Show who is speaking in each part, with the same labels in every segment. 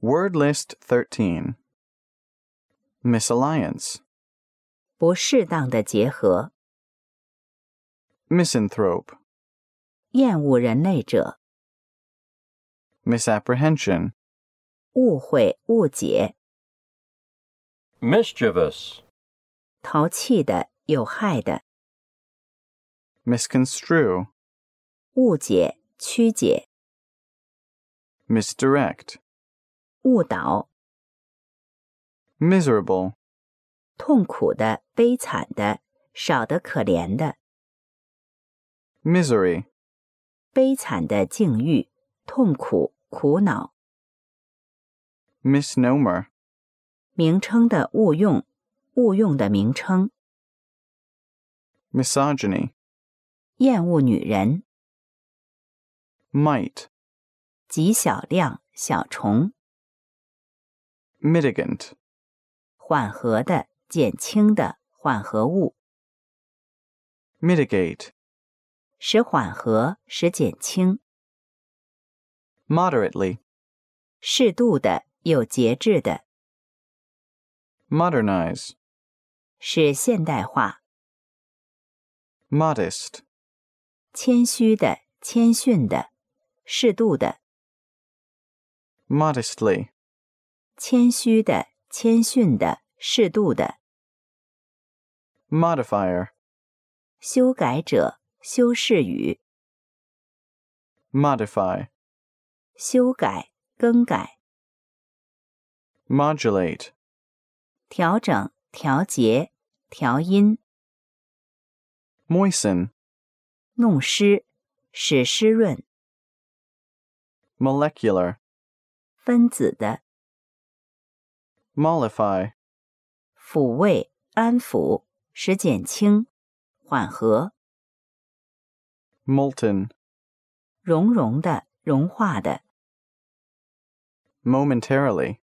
Speaker 1: Word list 13. Misalliance,
Speaker 2: 不适当的结合，
Speaker 1: misanthrope,
Speaker 2: 厌恶人类者，
Speaker 1: misapprehension,
Speaker 2: 误会、误解，
Speaker 3: mischievous,
Speaker 2: 淘气的、有害的，
Speaker 1: misconstrue,
Speaker 2: 误解、曲解、
Speaker 1: misdirect,
Speaker 2: 误导，
Speaker 1: miserable,
Speaker 2: 痛苦的、悲惨的、少得可怜的，
Speaker 1: misery,
Speaker 2: 悲惨的境遇，痛苦、苦恼，
Speaker 1: misnomer,
Speaker 2: 名称的误用，误用的名称，
Speaker 1: misogyny,
Speaker 2: 厌恶女人，
Speaker 1: might,
Speaker 2: 极小量、小虫，
Speaker 1: mitigant,
Speaker 2: 缓和的、减轻的缓和物，
Speaker 1: mitigate,
Speaker 2: 使缓和，使减轻，
Speaker 1: moderately,
Speaker 2: 适度的、有节制的，
Speaker 1: modernize,
Speaker 2: 使现代化。
Speaker 1: modest,
Speaker 2: 谦虚的、谦逊的、适度的、
Speaker 1: modestly,
Speaker 2: 谦虚的、谦逊的、适度的、
Speaker 1: modifier,
Speaker 2: 修改者、修饰语、
Speaker 1: modify,
Speaker 2: 修改、更改、
Speaker 1: modulate,
Speaker 2: 调整、调节、调音、
Speaker 1: moisten,
Speaker 2: 弄湿、使湿润、
Speaker 1: molecular,
Speaker 2: 分子的、
Speaker 1: mollify,
Speaker 2: 抚慰、安抚、使减轻、缓和、
Speaker 1: molten,
Speaker 2: 融融的、融化的、
Speaker 1: momentarily,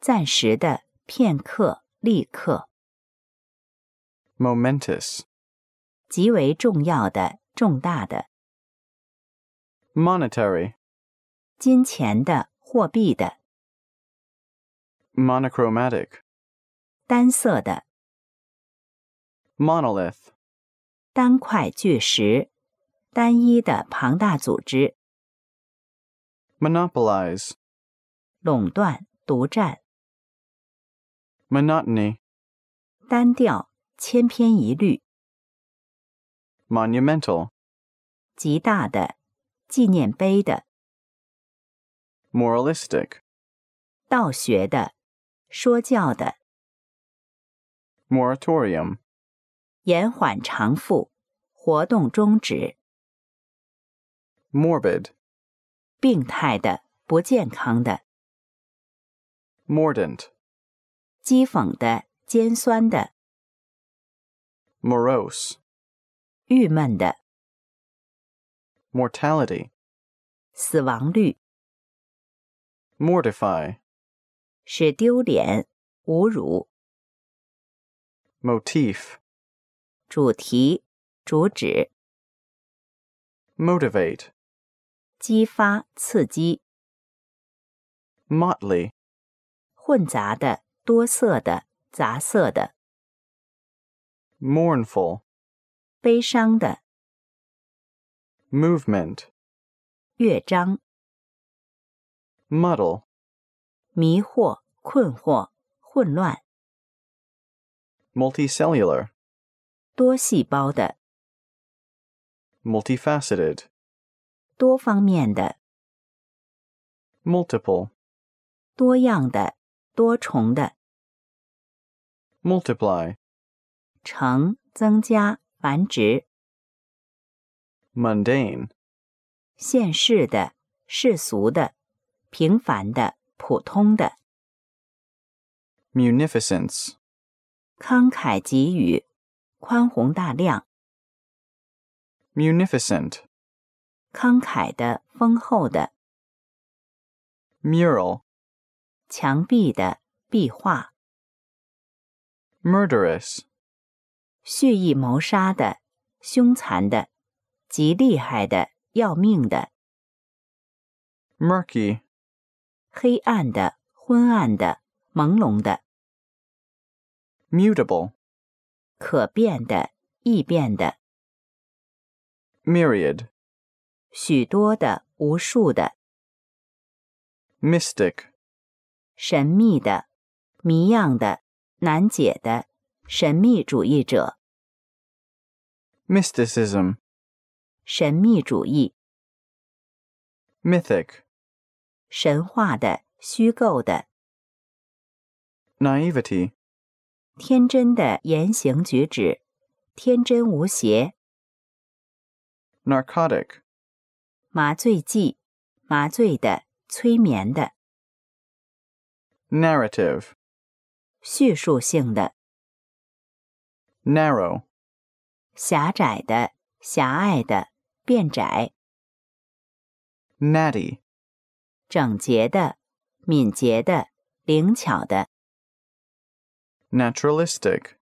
Speaker 2: 暂时的、片刻、立刻、
Speaker 1: momentous,
Speaker 2: 极为重要的、重大的。
Speaker 1: monetary,
Speaker 2: 金钱的、货币的、
Speaker 1: monochromatic,
Speaker 2: 单色的、
Speaker 1: monolith,
Speaker 2: 单块巨石、单一的庞大组织、
Speaker 1: monopolize,
Speaker 2: 垄断、独占、
Speaker 1: monotony,
Speaker 2: 单调、千篇一律、
Speaker 1: monumental,
Speaker 2: 极大的、纪念碑的、
Speaker 1: moralistic,
Speaker 2: 道学的、说教的、
Speaker 1: moratorium,
Speaker 2: 延缓偿付、活动终止、
Speaker 1: morbid,
Speaker 2: 病态的、不健康的、
Speaker 1: mordant,
Speaker 2: 讥讽的、尖酸的、
Speaker 1: morose,
Speaker 2: 郁闷的、
Speaker 1: mortality,
Speaker 2: 死亡率、
Speaker 1: mortify,
Speaker 2: 使丢脸、侮辱、
Speaker 1: motif,
Speaker 2: 主题、主旨。
Speaker 1: motivate,
Speaker 2: 激发、刺激、
Speaker 1: motley,
Speaker 2: 混杂的、多色的、杂色的、
Speaker 1: mournful,
Speaker 2: 悲伤的、
Speaker 1: movement,
Speaker 2: 乐章、
Speaker 1: muddle,
Speaker 2: 迷惑、困惑、混乱、
Speaker 1: multicellular,
Speaker 2: 多细胞的、
Speaker 1: multifaceted,
Speaker 2: 多方面的、
Speaker 1: multiple,
Speaker 2: 多样的、多重的、
Speaker 1: multiply,
Speaker 2: 成、增加、繁殖、
Speaker 1: mundane,
Speaker 2: 现世的、世俗的、平凡的、普通的、
Speaker 1: munificence,
Speaker 2: 慷慨给予、宽宏大量、
Speaker 1: munificent,
Speaker 2: 慷慨的、丰厚的、
Speaker 1: mural,
Speaker 2: 墙壁的、壁画。
Speaker 1: murderous,
Speaker 2: 蓄意谋杀的、凶残的、极厉害的、要命的、
Speaker 1: murky,
Speaker 2: 黑暗的、昏暗的、朦胧的、
Speaker 1: mutable,
Speaker 2: 可变的、易变的、
Speaker 1: myriad,
Speaker 2: 许多的、无数的、
Speaker 1: mystic,
Speaker 2: 神秘的、谜样的、难解的、神秘主义者、
Speaker 1: mysticism,
Speaker 2: 神秘主义、
Speaker 1: mythic,
Speaker 2: 神话的、虚构的、
Speaker 1: naivety,
Speaker 2: 天真的言行举止，天真无邪、
Speaker 1: narcotic,
Speaker 2: 麻醉剂、麻醉的、催眠的、
Speaker 1: narrative,
Speaker 2: 叙述性的、
Speaker 1: narrow,
Speaker 2: 狭窄的、狭隘的、变窄、
Speaker 1: natty,
Speaker 2: 整洁的、敏捷的、灵巧的、
Speaker 1: naturalistic,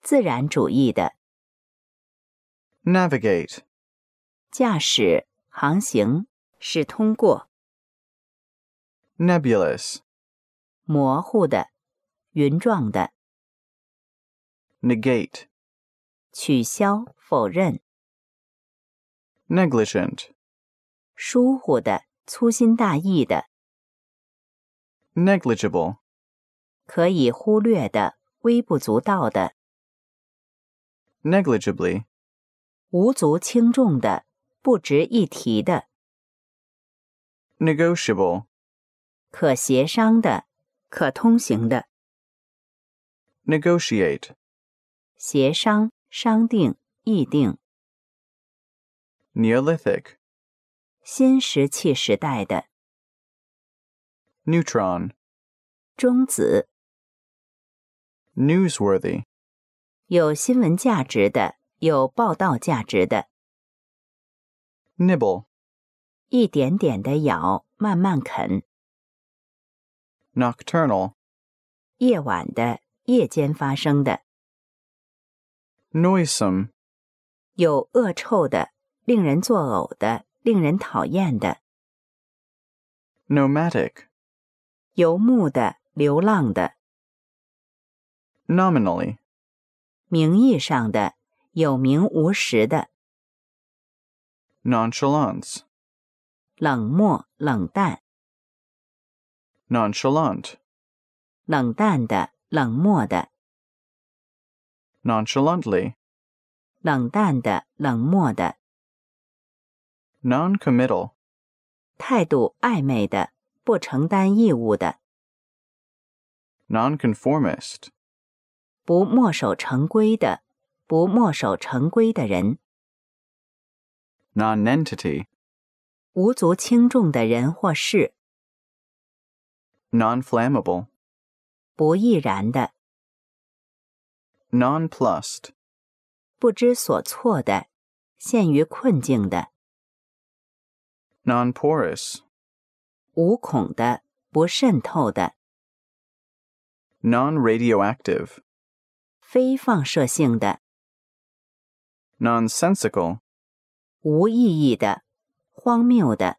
Speaker 2: 自然主义的、
Speaker 1: navigate,
Speaker 2: 驾驶、航行是通过
Speaker 1: nebulous,
Speaker 2: 模糊的、云状的、
Speaker 1: negate,
Speaker 2: 取消、否认、
Speaker 1: negligent,
Speaker 2: 疏忽的、粗心大意的、
Speaker 1: negligible,
Speaker 2: 可以忽略的、微不足道的、
Speaker 1: negligibly,
Speaker 2: 无足轻重的、不值一提的、
Speaker 1: negotiable,
Speaker 2: 可协商的、可通行的、
Speaker 1: negotiate,
Speaker 2: 协商、商定、议定、
Speaker 1: neolithic,
Speaker 2: 新石器时代的、
Speaker 1: neutron,
Speaker 2: 中子、
Speaker 1: newsworthy,
Speaker 2: 有新闻价值的、有报道价值的、
Speaker 1: nibble,
Speaker 2: 一点点的咬，慢慢啃。
Speaker 1: nocturnal,
Speaker 2: 夜晚的、夜间发生的，
Speaker 1: noisome,
Speaker 2: 有恶臭的、令人作呕的、令人讨厌的、
Speaker 1: nomadic,
Speaker 2: 游牧的、流浪的、
Speaker 1: nominally,
Speaker 2: 名义上的、有名无实的、
Speaker 1: nonchalance,
Speaker 2: 冷漠、冷淡、
Speaker 1: nonchalant,
Speaker 2: 冷淡的、冷漠的、
Speaker 1: nonchalantly,
Speaker 2: 冷淡的、冷漠的。
Speaker 1: noncommittal,
Speaker 2: 态度暧昧的、不承担义务的、
Speaker 1: nonconformist,
Speaker 2: 不墨守成规的、不墨守成规的人、
Speaker 1: nonentity,
Speaker 2: 无足轻重的人或事、
Speaker 1: nonflammable,
Speaker 2: 不易然的、
Speaker 1: nonplussed,
Speaker 2: 不知所措的、陷于困境的、
Speaker 1: nonporous,
Speaker 2: 无孔的、不渗透的、
Speaker 1: non-radioactive,
Speaker 2: 非放射性的、
Speaker 1: nonsensical,
Speaker 2: 无意义的、荒谬的、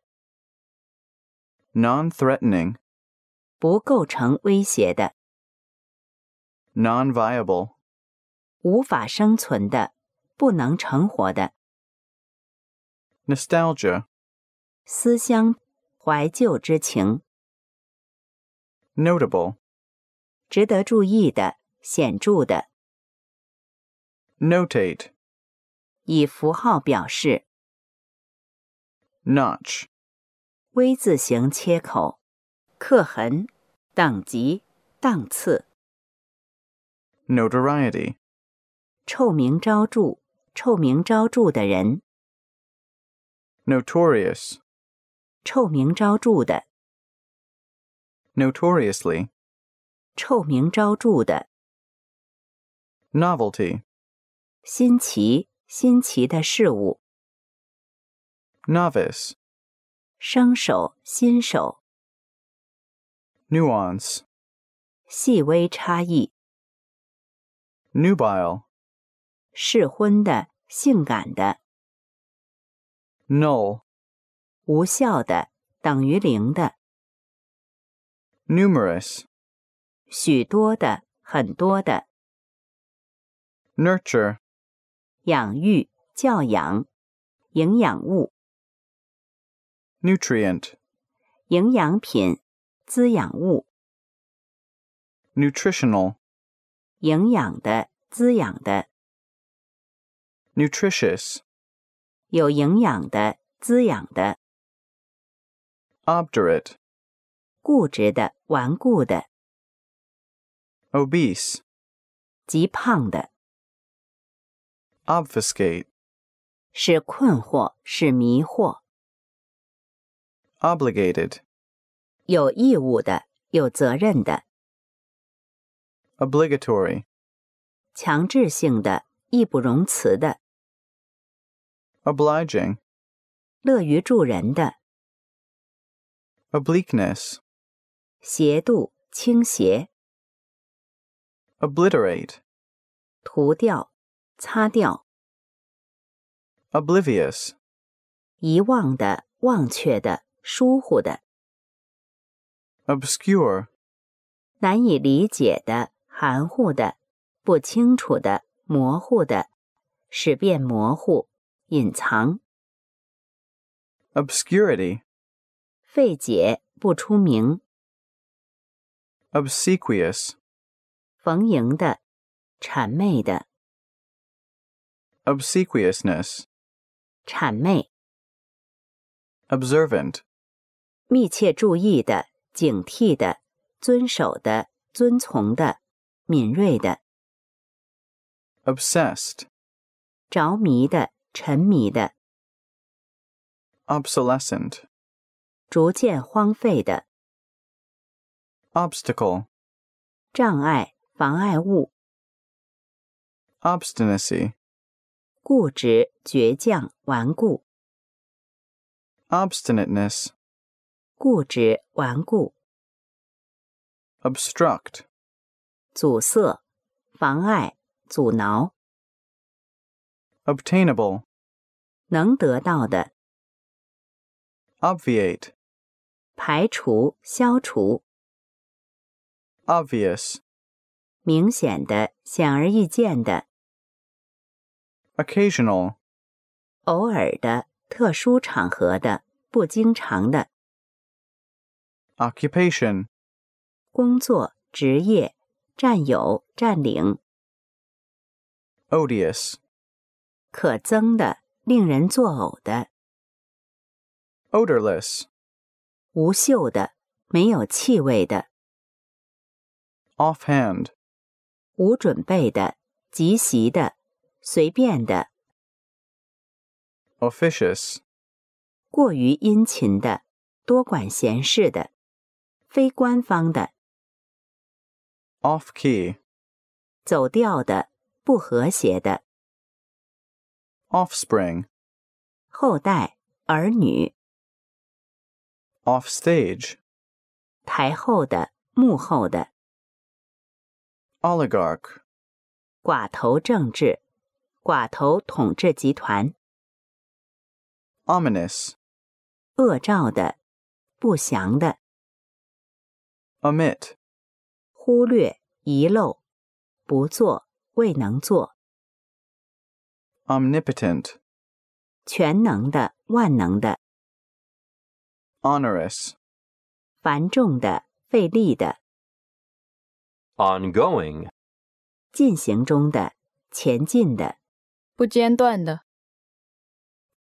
Speaker 1: non-threatening,
Speaker 2: 不构成威胁的、
Speaker 1: non-viable,
Speaker 2: 无法生存的、不能成活的、
Speaker 1: nostalgia,
Speaker 2: 思乡怀旧之情。
Speaker 1: notable,
Speaker 2: 值得注意的、显著的，
Speaker 1: notate,
Speaker 2: 以符号表示
Speaker 1: notch,
Speaker 2: 微字形切口、刻痕、等级、档次、
Speaker 1: notoriety,
Speaker 2: 臭名昭著、臭名昭著的人、
Speaker 1: notorious,
Speaker 2: 臭名昭著的、
Speaker 1: notoriously,
Speaker 2: 臭名昭著的、
Speaker 1: novelty,
Speaker 2: 新奇、新奇的事物、
Speaker 1: novice,
Speaker 2: 生手、新手、
Speaker 1: nuance,
Speaker 2: 细微差异、
Speaker 1: nubile,
Speaker 2: 适婚的、性感的、
Speaker 1: null,
Speaker 2: 无效的、等于零的、
Speaker 1: numerous,
Speaker 2: 许多的、很多的、
Speaker 1: nurture,
Speaker 2: 养育、教养、营养物、
Speaker 1: nutrient,
Speaker 2: 营养品、滋养物、
Speaker 1: nutritional,
Speaker 2: 营养的、滋养的、
Speaker 1: nutritious,
Speaker 2: 有营养的、滋养的、
Speaker 1: obdurate,
Speaker 2: 固执的、顽固的、
Speaker 1: obese,
Speaker 2: 极胖的，
Speaker 1: obfuscate,
Speaker 2: 是困惑，是迷惑，
Speaker 1: obligated,
Speaker 2: 有义务的、有责任的、
Speaker 1: obligatory,
Speaker 2: 强制性的、义不容辞的、
Speaker 1: obliging,
Speaker 2: 乐于助人的、
Speaker 1: obliqueness,
Speaker 2: 斜度、倾斜、
Speaker 1: obliterate,
Speaker 2: 涂掉、擦掉、
Speaker 1: oblivious,
Speaker 2: 遗忘的、忘却的、疏忽的、
Speaker 1: obscure,
Speaker 2: 难以理解的、含糊的、不清楚的、模糊的，使变模糊、隐藏、
Speaker 1: obscurity,
Speaker 2: 费解、不出名、
Speaker 1: obsequious,
Speaker 2: 逢迎的、谄媚的、
Speaker 1: obsequiousness,
Speaker 2: 谄媚、
Speaker 1: observant,
Speaker 2: 密切注意的、警惕的、遵守的、遵从的、敏锐的、
Speaker 1: obsessed,
Speaker 2: 着迷的、沉迷的、
Speaker 1: obsolescent,
Speaker 2: 逐渐荒废的、
Speaker 1: obstacle,
Speaker 2: 障碍、妨碍物、
Speaker 1: obstinacy,
Speaker 2: 固执、倔强、顽固、
Speaker 1: obstinateness,
Speaker 2: 固执、顽固、
Speaker 1: obstruct,
Speaker 2: 阻塞、妨碍、阻挠、
Speaker 1: obtainable,
Speaker 2: 能得到的、
Speaker 1: obviate,
Speaker 2: 排除、消除、
Speaker 1: obvious,
Speaker 2: 明显的、显而易见的、
Speaker 1: occasional,
Speaker 2: 偶尔的、特殊场合的、不经常的
Speaker 1: occupation,
Speaker 2: 工作、职业、占有、占领、
Speaker 1: odious,
Speaker 2: 可憎的、令人作呕的、
Speaker 1: odorless,
Speaker 2: 无嗅的、没有气味的。
Speaker 1: offhand,
Speaker 2: 无准备的、及时的、随便的、
Speaker 1: officious,
Speaker 2: 过于殷勤的、多管闲事的、非官方的、
Speaker 1: off key,
Speaker 2: 走调的、不和谐的、
Speaker 1: offspring,
Speaker 2: 后代、儿女、
Speaker 1: offstage,
Speaker 2: 台后的、幕后的、
Speaker 1: oligarch,
Speaker 2: 寡头政治、寡头统治集团、
Speaker 1: ominous,
Speaker 2: 恶兆的、不祥的、
Speaker 1: omit,
Speaker 2: 忽略、遗漏、不做、未能做、
Speaker 1: omnipotent,
Speaker 2: 全能的、万能的、
Speaker 1: onerous,
Speaker 2: 繁重的、费力的。
Speaker 3: ongoing.
Speaker 2: 进行中的、前进的。
Speaker 4: 不间断的。